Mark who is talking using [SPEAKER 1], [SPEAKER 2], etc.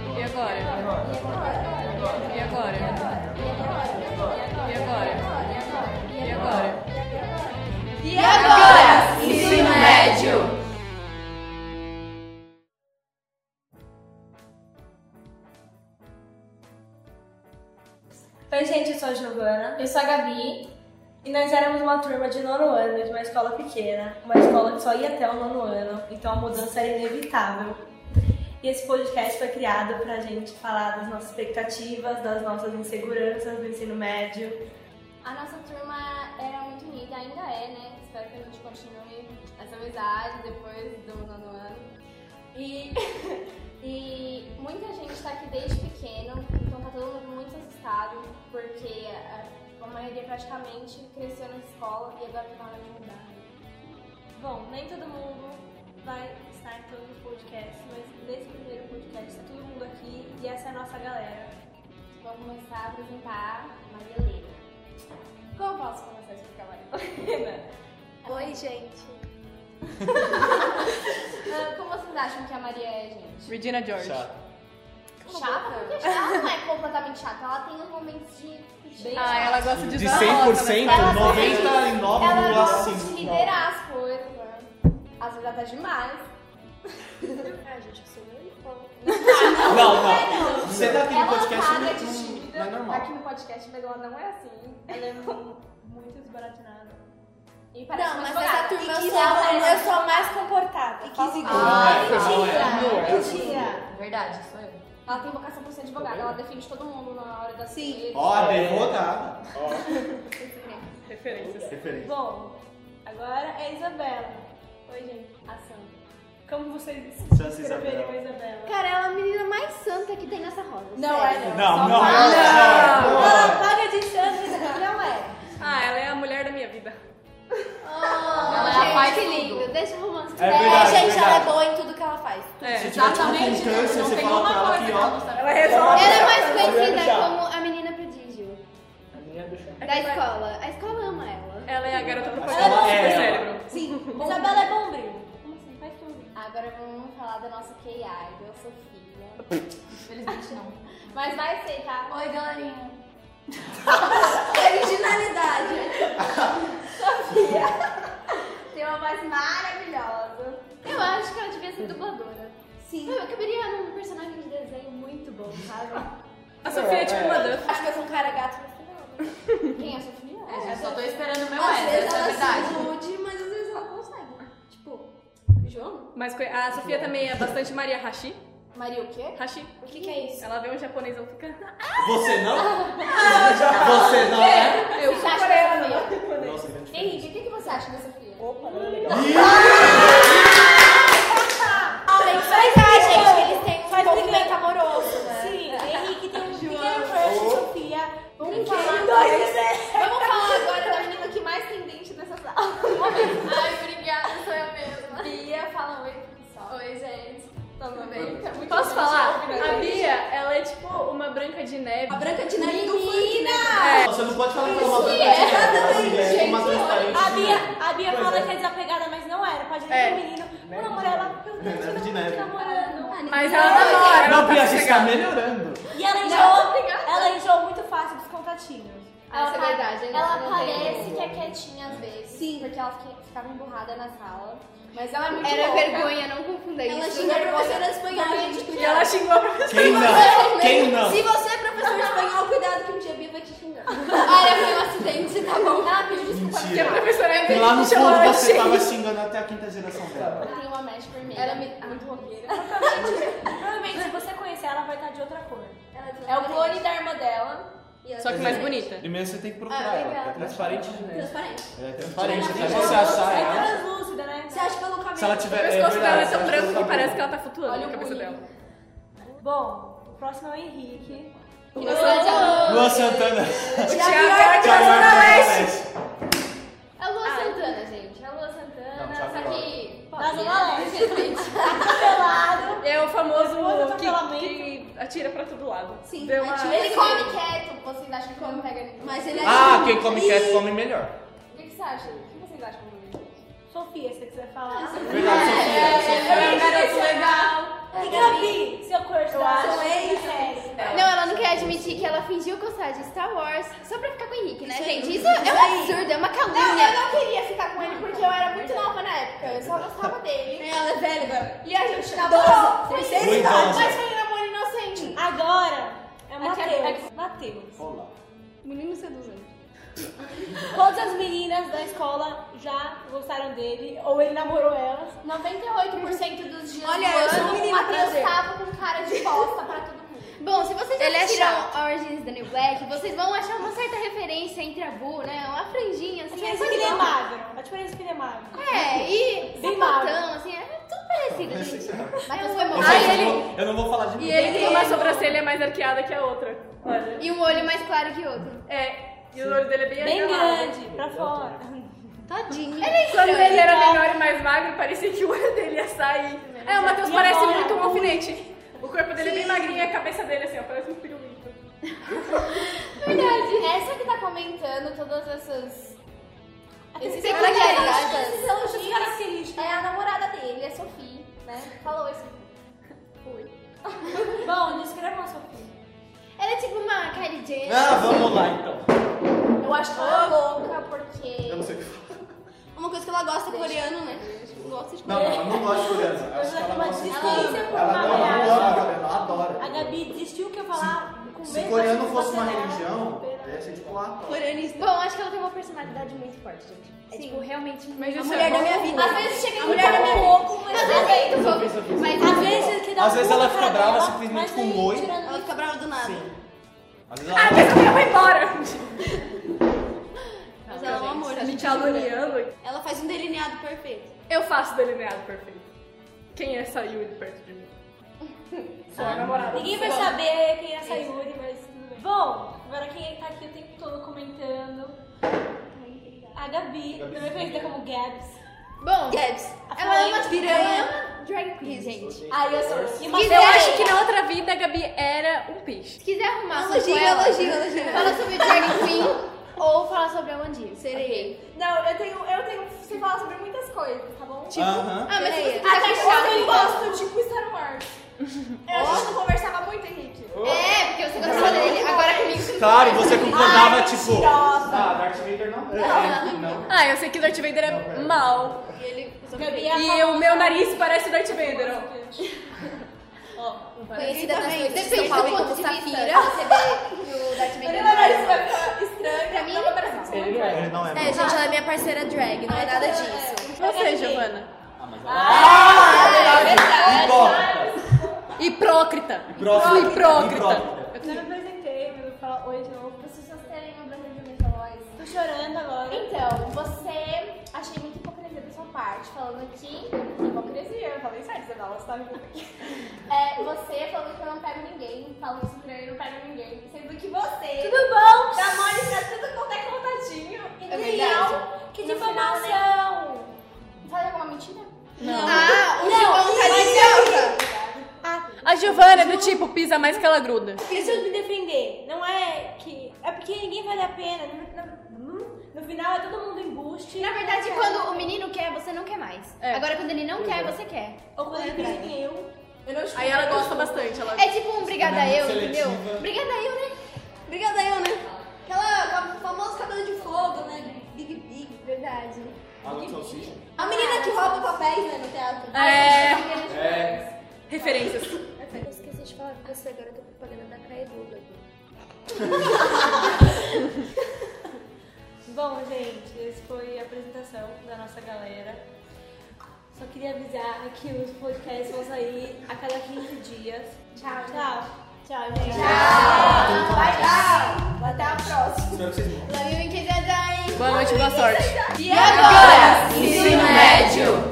[SPEAKER 1] agora? E agora? E agora? E agora? E agora? Ensino médio!
[SPEAKER 2] Oi, gente, eu sou a Giovana.
[SPEAKER 3] Eu sou a Gabi.
[SPEAKER 2] E nós éramos uma turma de nono ano, de uma escola pequena, uma escola que só ia até o nono ano, então a mudança era inevitável. E esse podcast foi criado para a gente falar das nossas expectativas, das nossas inseguranças do ensino médio.
[SPEAKER 3] A nossa turma era muito unida, ainda é, né? Espero que a gente continue essa amizade depois do nono ano. E, e muita gente está aqui desde pequeno, então tá todo mundo muito assustado, porque a, a maioria praticamente cresceu na escola e agora tá na hora de mudar.
[SPEAKER 2] Bom, nem todo mundo vai estar em todos os podcasts, mas nesse primeiro podcast está todo mundo aqui e essa é a nossa galera.
[SPEAKER 3] Vou começar a apresentar a Maria Helena. Como posso começar a explicar a Maria Helena?
[SPEAKER 4] Oi, gente.
[SPEAKER 3] Ah, Como vocês acham que a Maria é, gente?
[SPEAKER 1] Regina George.
[SPEAKER 3] Chata? Porque chata ela não é completamente chata, ela tem uns momentos de... Bem
[SPEAKER 1] Ah, ela gosta de
[SPEAKER 5] De
[SPEAKER 1] dar nota, né?
[SPEAKER 5] 100%,
[SPEAKER 3] Ela tem- Ela gosta de
[SPEAKER 5] 99,5.
[SPEAKER 3] liderar as coisas, né? Às vezes até demais.
[SPEAKER 2] É,
[SPEAKER 4] Ah, gente, eu sou meio bom.
[SPEAKER 5] Não, não. Você tá aqui no
[SPEAKER 3] ela
[SPEAKER 5] podcast
[SPEAKER 3] paga
[SPEAKER 5] não-
[SPEAKER 3] de
[SPEAKER 5] não- não
[SPEAKER 3] tímida
[SPEAKER 5] é normal.
[SPEAKER 3] aqui no podcast, mas ela não é assim.
[SPEAKER 2] Ela é mu- muito desbaratinada.
[SPEAKER 3] E parece
[SPEAKER 4] Não,
[SPEAKER 3] uma
[SPEAKER 4] mas
[SPEAKER 3] advogada.
[SPEAKER 4] essa turma eu
[SPEAKER 3] E
[SPEAKER 4] sou,
[SPEAKER 3] ela é parece-
[SPEAKER 4] eu sou a mais comportada. assim. E que
[SPEAKER 1] Ah,
[SPEAKER 5] é.
[SPEAKER 2] Mentira!
[SPEAKER 1] Verdade, isso aí.
[SPEAKER 3] Ela tem vocação pra ser advogada, ela defende todo mundo na hora da
[SPEAKER 4] Sim.
[SPEAKER 5] Ó, é a derrotada. Ó,
[SPEAKER 2] Referências.
[SPEAKER 5] referência.
[SPEAKER 2] Bom, agora é a Isabela. Oi, gente.
[SPEAKER 3] A Sandra.
[SPEAKER 2] Como vocês
[SPEAKER 5] Santa
[SPEAKER 2] escreveriam a
[SPEAKER 5] Isabela.
[SPEAKER 2] Isabela?
[SPEAKER 4] Cara, ela é a menina mais santa que tem nessa roda.
[SPEAKER 3] Não
[SPEAKER 4] sério.
[SPEAKER 3] é,
[SPEAKER 5] Não, não,
[SPEAKER 1] fala.
[SPEAKER 2] Ah,
[SPEAKER 5] não.
[SPEAKER 2] paga de Sandra!
[SPEAKER 4] Não é.
[SPEAKER 1] Ah, ela é a mulher da minha vida.
[SPEAKER 4] Oh,
[SPEAKER 1] ela
[SPEAKER 4] gente,
[SPEAKER 1] faz
[SPEAKER 4] que
[SPEAKER 1] tudo.
[SPEAKER 4] lindo. Deixa o romance.
[SPEAKER 5] É verdade,
[SPEAKER 4] gente, ela é
[SPEAKER 5] verdade.
[SPEAKER 4] boa em tudo que ela faz.
[SPEAKER 1] É,
[SPEAKER 5] Se tiver tipo com câncer, você fala pra ela que ó.
[SPEAKER 1] Ela
[SPEAKER 4] Ela é mais
[SPEAKER 5] Ela é
[SPEAKER 4] conhecida
[SPEAKER 5] chata.
[SPEAKER 4] como a menina prodígio
[SPEAKER 1] é
[SPEAKER 4] da escola. A escola ama ela.
[SPEAKER 1] Ela é a garota
[SPEAKER 5] Ela
[SPEAKER 1] propaganda do
[SPEAKER 5] é
[SPEAKER 1] super
[SPEAKER 5] ela.
[SPEAKER 1] cérebro.
[SPEAKER 2] Sim, Isabela é bombril. Como assim? Faz tudo.
[SPEAKER 3] Agora vamos falar da nossa QI, eu sou filha.
[SPEAKER 6] Infelizmente não.
[SPEAKER 3] Mas vai ser, tá?
[SPEAKER 6] Oi, galerinha.
[SPEAKER 4] Originalidade.
[SPEAKER 3] Tem uma voz maravilhosa.
[SPEAKER 4] Eu acho que ela devia ser dubladora.
[SPEAKER 2] Sim.
[SPEAKER 4] Eu caberia num personagem de desenho muito bom, sabe?
[SPEAKER 1] A Sofia é tipo uma Duff.
[SPEAKER 4] acho que eu sou um cara gato no final. né?
[SPEAKER 3] Quem é a sua filha?
[SPEAKER 6] Eu só tô esperando o meu
[SPEAKER 4] Às
[SPEAKER 6] Wesley,
[SPEAKER 4] vezes
[SPEAKER 6] essa é a
[SPEAKER 4] ela se
[SPEAKER 6] verdade.
[SPEAKER 4] ilude, mas às vezes ela consegue. Tipo, João?
[SPEAKER 1] Mas coi- a Sofia também é bastante Maria Hashi.
[SPEAKER 3] Maria o quê?
[SPEAKER 1] Hashi.
[SPEAKER 4] O que, que é isso?
[SPEAKER 1] Ela vê um japonesão fica.
[SPEAKER 5] Você não? Você não é?
[SPEAKER 1] Eu
[SPEAKER 3] Você acha dessa
[SPEAKER 4] é
[SPEAKER 3] filha?
[SPEAKER 5] Nossa, grande
[SPEAKER 3] Henrique, o que que você acha dessa filha?
[SPEAKER 2] Opa, não é legal.
[SPEAKER 4] Tem que explicar, Ah, gente, que eles têm um
[SPEAKER 2] Faz
[SPEAKER 4] movimento
[SPEAKER 2] primeiro.
[SPEAKER 4] amoroso, né?
[SPEAKER 2] Sim, Henrique tem um pequeno crush em Sofia.
[SPEAKER 3] Vamos falar,
[SPEAKER 4] né?
[SPEAKER 3] vamos falar agora da menina que mais tem dente dessa sala.
[SPEAKER 6] Ai, obrigada, sou eu mesma.
[SPEAKER 3] Bia, fala oi pro pessoal.
[SPEAKER 6] Oi, gente.
[SPEAKER 3] Tudo bem? Tá muito
[SPEAKER 1] Posso
[SPEAKER 3] bem,
[SPEAKER 1] falar?
[SPEAKER 3] gente.
[SPEAKER 1] A Bia, ela é tipo uma branca de neve.
[SPEAKER 4] Branca de Neve do
[SPEAKER 5] Você não pode falar que é uma transparente. É uma transparente.
[SPEAKER 2] A Bia, a Bia
[SPEAKER 5] Pois
[SPEAKER 2] fala
[SPEAKER 5] é.
[SPEAKER 2] que é desapegada, mas não era. Pode ver
[SPEAKER 1] É.
[SPEAKER 2] que o menino. O namorado, eu
[SPEAKER 5] Neve
[SPEAKER 2] tô
[SPEAKER 5] de neve.
[SPEAKER 4] Ah,
[SPEAKER 2] namorando.
[SPEAKER 1] Mas ela tá namora.
[SPEAKER 5] Não, Bia, você está tá melhorando.
[SPEAKER 2] E ela enjoou, ela enjoou muito fácil dos contatinhos.
[SPEAKER 3] Ela,
[SPEAKER 6] Essa é
[SPEAKER 3] pa-
[SPEAKER 6] verdade, hein?
[SPEAKER 3] ela
[SPEAKER 6] Não tem
[SPEAKER 3] parece que é quietinha às vezes.
[SPEAKER 4] Sim.
[SPEAKER 3] Porque ela fica- ficava emburrada na sala. Mas ela é muito
[SPEAKER 6] Era
[SPEAKER 3] louca.
[SPEAKER 6] vergonha, não confunda isso.
[SPEAKER 4] Ela xingou a
[SPEAKER 3] né?
[SPEAKER 4] professora de espanhol, gente.
[SPEAKER 1] E ela
[SPEAKER 4] Cuidado.
[SPEAKER 1] xingou a professora.
[SPEAKER 5] Quem não? Quem não?
[SPEAKER 4] Se você é professor de espanhol, cuidado que um dia a Bia vai te xingar.
[SPEAKER 3] Olha, foi um acidente, tá bom? Ela pediu
[SPEAKER 1] E
[SPEAKER 3] desculpa.
[SPEAKER 1] a
[SPEAKER 5] Mentira.
[SPEAKER 1] professora é
[SPEAKER 5] Lá no
[SPEAKER 1] chamou
[SPEAKER 5] fundo
[SPEAKER 1] ela de
[SPEAKER 5] você
[SPEAKER 1] cheia.
[SPEAKER 5] tava xingando até a quinta geração dela.
[SPEAKER 3] Tem uma mesh vermelha.
[SPEAKER 6] Era
[SPEAKER 3] me- muito roqueira.
[SPEAKER 2] Provavelmente, se você conhecer, ela vai estar de outra cor.
[SPEAKER 3] É o clone da irmã dela.
[SPEAKER 1] Só que mais bonita.
[SPEAKER 5] Primeiro você tem que procurar
[SPEAKER 4] Ah,
[SPEAKER 5] ela.
[SPEAKER 4] legal.
[SPEAKER 5] que É transparente de neve.
[SPEAKER 4] Transparente.
[SPEAKER 5] Ela é transparente.
[SPEAKER 2] Ela
[SPEAKER 5] Até
[SPEAKER 2] é
[SPEAKER 5] você
[SPEAKER 2] translúcida,
[SPEAKER 5] achar
[SPEAKER 2] é
[SPEAKER 5] ela.
[SPEAKER 2] translúcida, né?
[SPEAKER 4] Você acha pelo cabelo?
[SPEAKER 5] Se ela
[SPEAKER 1] O
[SPEAKER 5] tiver.
[SPEAKER 1] pescoço
[SPEAKER 5] é
[SPEAKER 1] dela é
[SPEAKER 5] verdade,
[SPEAKER 1] tão
[SPEAKER 5] se ela
[SPEAKER 1] branco que
[SPEAKER 5] tiver-
[SPEAKER 1] parece que ela tá flutuando
[SPEAKER 3] Olha
[SPEAKER 1] na
[SPEAKER 3] o
[SPEAKER 1] cabeça
[SPEAKER 3] bullying.
[SPEAKER 1] dela.
[SPEAKER 2] Bom, o próximo é o Henrique.
[SPEAKER 5] Luan Santana.
[SPEAKER 1] O Thiago é da
[SPEAKER 5] tá
[SPEAKER 1] Zona Leste.
[SPEAKER 6] É a Lua Santana, gente. É a Lua Santana.
[SPEAKER 5] Não, Thiago
[SPEAKER 6] só que.
[SPEAKER 2] Da Zona
[SPEAKER 3] né?
[SPEAKER 2] Leste.
[SPEAKER 6] Infelizmente.
[SPEAKER 2] Pelado.
[SPEAKER 1] É o famoso
[SPEAKER 2] Famoso
[SPEAKER 1] que,
[SPEAKER 2] atropelamento.
[SPEAKER 1] que atira pra todo lado.
[SPEAKER 4] Sim,
[SPEAKER 1] Deu uma...
[SPEAKER 4] atira.
[SPEAKER 3] Ele come quieto. Vocês acham que come pega ninguém?
[SPEAKER 4] Mas ele é
[SPEAKER 5] Ah,
[SPEAKER 4] lindo.
[SPEAKER 5] quem come quieto come melhor.
[SPEAKER 3] assim, O que, que você acha? O que vocês acham do menino?
[SPEAKER 2] Sofia, se você quiser falar.
[SPEAKER 5] Verdade, Sofia.
[SPEAKER 6] É um garoto legal.
[SPEAKER 2] E Gabi, seu cortar.
[SPEAKER 4] Sou ex. admitir que ela fingiu gostar de Star Wars só pra ficar com o Henrique, né, gente? Isso é um absurdo, é uma
[SPEAKER 3] Não, eu
[SPEAKER 4] calúnia.
[SPEAKER 3] não queria ficar com ele porque eu era muito nova na época. Eu só gostava dele.
[SPEAKER 1] Ela é velha agora.
[SPEAKER 3] E a gente namorou. Foi
[SPEAKER 2] terceira
[SPEAKER 3] isso.
[SPEAKER 5] idade.
[SPEAKER 3] Mas foi um namoro inocente.
[SPEAKER 2] Agora é o
[SPEAKER 1] Aqui é-
[SPEAKER 2] Matheus. Matheus.
[SPEAKER 5] Olá.
[SPEAKER 4] Menino seduzente.
[SPEAKER 2] Todas as meninas da escola já gostaram dele, ou ele namorou elas.
[SPEAKER 3] 98% dos dias
[SPEAKER 1] Olha,
[SPEAKER 3] do
[SPEAKER 1] eu sou um
[SPEAKER 3] ano,
[SPEAKER 1] menino
[SPEAKER 3] o Matheus
[SPEAKER 1] prazer.
[SPEAKER 3] tava com cara de bosta pra todo mundo.
[SPEAKER 4] Bom, se vocês já
[SPEAKER 1] Ele é
[SPEAKER 4] assistiram Origins da New Black, vocês vão achar uma certa referência entre a Boo, né? Uma franjinha,
[SPEAKER 2] A
[SPEAKER 4] assim. é
[SPEAKER 2] diferença é que ele é
[SPEAKER 4] igual.
[SPEAKER 2] magro. A diferença é que ele é magro.
[SPEAKER 4] É, e
[SPEAKER 2] Bem
[SPEAKER 4] sapatão, assim, é tudo parecido, gente. Matheus foi
[SPEAKER 5] Eu,
[SPEAKER 4] bom.
[SPEAKER 5] só
[SPEAKER 4] Ah,
[SPEAKER 5] não
[SPEAKER 4] ele-
[SPEAKER 5] vou- eu não vou falar de mim.
[SPEAKER 1] E ele tem uma sobrancelha mais arqueada que a outra. Olha.
[SPEAKER 4] E um olho mais claro que outro.
[SPEAKER 1] É. E o olho dele é bem
[SPEAKER 2] Bem
[SPEAKER 1] arqueado.
[SPEAKER 2] grande, pra fora.
[SPEAKER 4] Tadinho.
[SPEAKER 1] Quando ele é era menor e mais magro, parecia que o olho dele ia sair. É, o Matheus
[SPEAKER 2] E
[SPEAKER 1] parece
[SPEAKER 2] agora?
[SPEAKER 1] muito um alfinete. O corpo dele é bem magrinho e a cabeça dele, assim, ó, parece um pirulito.
[SPEAKER 3] Verdade. Essa que tá comentando todas essas. Esses
[SPEAKER 4] tem
[SPEAKER 3] elogios-
[SPEAKER 4] precariedade.
[SPEAKER 3] esses elogios. É a namorada dele, a Sophie, né? Falou isso.
[SPEAKER 2] Bom, descreva a sua filha.
[SPEAKER 4] Ela é tipo uma Kylie Jenner.
[SPEAKER 5] Ah, vamos lá então.
[SPEAKER 3] Eu acho que ela é louca porque.
[SPEAKER 5] Eu não sei o que falar.
[SPEAKER 4] Uma coisa que ela gosta coreano, né? Gosta de
[SPEAKER 5] Não, ela não gosta de coreano. Eu Acho que
[SPEAKER 2] já
[SPEAKER 5] ela
[SPEAKER 2] tem uma
[SPEAKER 5] gosta de
[SPEAKER 2] desistência
[SPEAKER 5] coreano.
[SPEAKER 2] por uma
[SPEAKER 5] Ela adora, ela
[SPEAKER 2] viagem.
[SPEAKER 5] adora coreano, ela adora.
[SPEAKER 2] A Gabi desistiu que eu falar com
[SPEAKER 5] Se
[SPEAKER 2] medo,
[SPEAKER 5] coreano
[SPEAKER 2] acho que
[SPEAKER 5] fosse uma
[SPEAKER 2] você era
[SPEAKER 5] religião,
[SPEAKER 2] super-
[SPEAKER 5] ia ser tipo lá.
[SPEAKER 4] Coreanismo. Bom, acho que ela tem uma personalidade muito forte, gente. É tipo, realmente
[SPEAKER 1] Mas
[SPEAKER 4] a
[SPEAKER 1] isso
[SPEAKER 4] mulher
[SPEAKER 1] é
[SPEAKER 4] da
[SPEAKER 1] bom.
[SPEAKER 4] minha vida.
[SPEAKER 3] Às vezes chega
[SPEAKER 4] A
[SPEAKER 3] em
[SPEAKER 4] mulher da minha vida.
[SPEAKER 3] louco, mas é
[SPEAKER 4] Às vezes um pouco,
[SPEAKER 5] Sofia, Sofia.
[SPEAKER 4] Mas
[SPEAKER 2] Às vezes que dá
[SPEAKER 5] Às vezes
[SPEAKER 2] um pulo
[SPEAKER 5] ela
[SPEAKER 2] na
[SPEAKER 5] fica
[SPEAKER 2] cara
[SPEAKER 5] brava
[SPEAKER 2] dela,
[SPEAKER 5] simplesmente
[SPEAKER 2] mas
[SPEAKER 5] com
[SPEAKER 2] aí,
[SPEAKER 5] um oi.
[SPEAKER 2] tirando
[SPEAKER 4] ela fica brava do nada.
[SPEAKER 5] Sim. Às vezes
[SPEAKER 1] Ah,
[SPEAKER 5] ela.
[SPEAKER 1] mas eu vou embora!
[SPEAKER 4] Mas ela é um amor.
[SPEAKER 1] A gente
[SPEAKER 4] jura.
[SPEAKER 1] aluneando.
[SPEAKER 4] Ela faz um delineado perfeito.
[SPEAKER 1] Eu faço delineado perfeito. Quem é essa Yuri perto de mim? Sou a namorada.
[SPEAKER 2] Ninguém vai saber quem é essa Yuri, mas tudo bem. Bom, agora quem tá aqui o tempo todo comentando. A Gabi, também conhecida como Gabs.
[SPEAKER 4] Bom, Gabs. Ela ama piranha. Ela ama drag queen, gente.
[SPEAKER 2] Aí eu sou. E uma
[SPEAKER 1] Eu acho que na outra vida a Gabi era um peixe.
[SPEAKER 4] Se quiser arrumar assunto
[SPEAKER 3] Elogio,
[SPEAKER 4] com ela,
[SPEAKER 3] elogio, elogio.
[SPEAKER 4] fala sobre drag queen ou fala sobre a Mandir. Serei.
[SPEAKER 3] Não, eu tenho. Eu tenho. Você fala sobre muitas coisas, tá bom?
[SPEAKER 5] Aham.
[SPEAKER 4] Ah, mas se você
[SPEAKER 3] Até
[SPEAKER 4] quiser
[SPEAKER 3] quando eu
[SPEAKER 4] puxar-
[SPEAKER 3] gosto, tipo Star Wars. Eu a gente não conversava muito, Henrique.
[SPEAKER 4] É, porque você gostava dele. Agora comigo você não
[SPEAKER 5] Claro,
[SPEAKER 4] conversa.
[SPEAKER 5] você concordava, tipo.
[SPEAKER 3] mentirosa.
[SPEAKER 5] Ah, Darth Vader não. É, não.
[SPEAKER 1] Ah, eu sei que o Darth Vader é mal.
[SPEAKER 4] E ele
[SPEAKER 2] Gabi é a
[SPEAKER 1] E
[SPEAKER 2] famosa-
[SPEAKER 1] o meu nariz parece o Darth Vader. ó. Ó, não parece.
[SPEAKER 4] conhecida nas
[SPEAKER 3] também,
[SPEAKER 4] noites de
[SPEAKER 3] depende
[SPEAKER 4] São
[SPEAKER 3] do
[SPEAKER 4] Paulo
[SPEAKER 3] ponto
[SPEAKER 4] como
[SPEAKER 3] de
[SPEAKER 4] Safira.
[SPEAKER 3] vista.
[SPEAKER 4] Você vê que o Darth
[SPEAKER 3] Eu
[SPEAKER 4] Vader
[SPEAKER 3] não
[SPEAKER 4] não
[SPEAKER 3] vai
[SPEAKER 4] é.
[SPEAKER 3] ficar estranho,
[SPEAKER 4] Pra mim,
[SPEAKER 3] ela parece
[SPEAKER 5] Ele não é. Ele não é.
[SPEAKER 4] É,
[SPEAKER 5] bom.
[SPEAKER 4] gente, ela é minha parceira drag, não é nada disso.
[SPEAKER 1] Você, Giovana.
[SPEAKER 5] Ah, mas é, ela. Hipócrita.
[SPEAKER 1] Hiprócrita.
[SPEAKER 5] Hiprócrita.
[SPEAKER 1] Hiprócrita.
[SPEAKER 5] Hiprócrita.
[SPEAKER 2] Eu me apresentei, mas eu vou falar oi de novo.
[SPEAKER 3] As pessoas terem uma branca de veloz.
[SPEAKER 2] Tô chorando agora.
[SPEAKER 3] Então, você achei muito hipocrisia da sua parte, falando que. Hipocrisia, eu falei certo, você não, você tá me vendo aqui. É, você falando que eu não pego ninguém, falando que super eu não pego ninguém, sendo que você. Tudo bom? Dá mole pra tudo quanto é contadinho. E
[SPEAKER 4] É
[SPEAKER 3] no
[SPEAKER 4] verdade.
[SPEAKER 3] final,
[SPEAKER 2] Que
[SPEAKER 3] no final, né?
[SPEAKER 2] difamação!
[SPEAKER 3] Faz alguma mentira?
[SPEAKER 4] Ah, o João tá ansiosa.
[SPEAKER 1] A Giovana é do tipo pisa mais que ela gruda.
[SPEAKER 2] Deixa eu me defender. Não é que. É porque ninguém vale a pena. No, no- no final é todo mundo embuste.
[SPEAKER 4] Na verdade, quando o menino quer, você não quer mais.
[SPEAKER 1] É.
[SPEAKER 4] Agora, quando ele não quer, você quer.
[SPEAKER 2] Ou quando ele pisa em eu.
[SPEAKER 3] Eu não escuto.
[SPEAKER 1] Aí ela gosta bastante, ela
[SPEAKER 4] É tipo um brigada eu,
[SPEAKER 5] Seletiva.
[SPEAKER 4] entendeu? Brigada eu, né?
[SPEAKER 3] Obrigada, eu, né? Aquela famosa cabelo de fogo, né? Big Big, verdade. Ah,
[SPEAKER 5] Alô, salsicha?
[SPEAKER 3] A menina que rouba papéis, né, no teatro.
[SPEAKER 1] É.
[SPEAKER 5] É.
[SPEAKER 1] Referências.
[SPEAKER 4] Eu esqueci de falar com você, agora eu tô propaganda da né? Caeduga.
[SPEAKER 2] Bom, gente, essa foi a apresentação da nossa galera. Só queria avisar que os podcasts vão sair a cada 15 dias. Tchau. Tchau. Tchau, gente.
[SPEAKER 3] Vai, tchau. Até a próxima.
[SPEAKER 5] Espero que vocês morram.
[SPEAKER 4] Love you, hein?
[SPEAKER 1] Boa noite, boa sorte.
[SPEAKER 4] E agora? Ensino médio.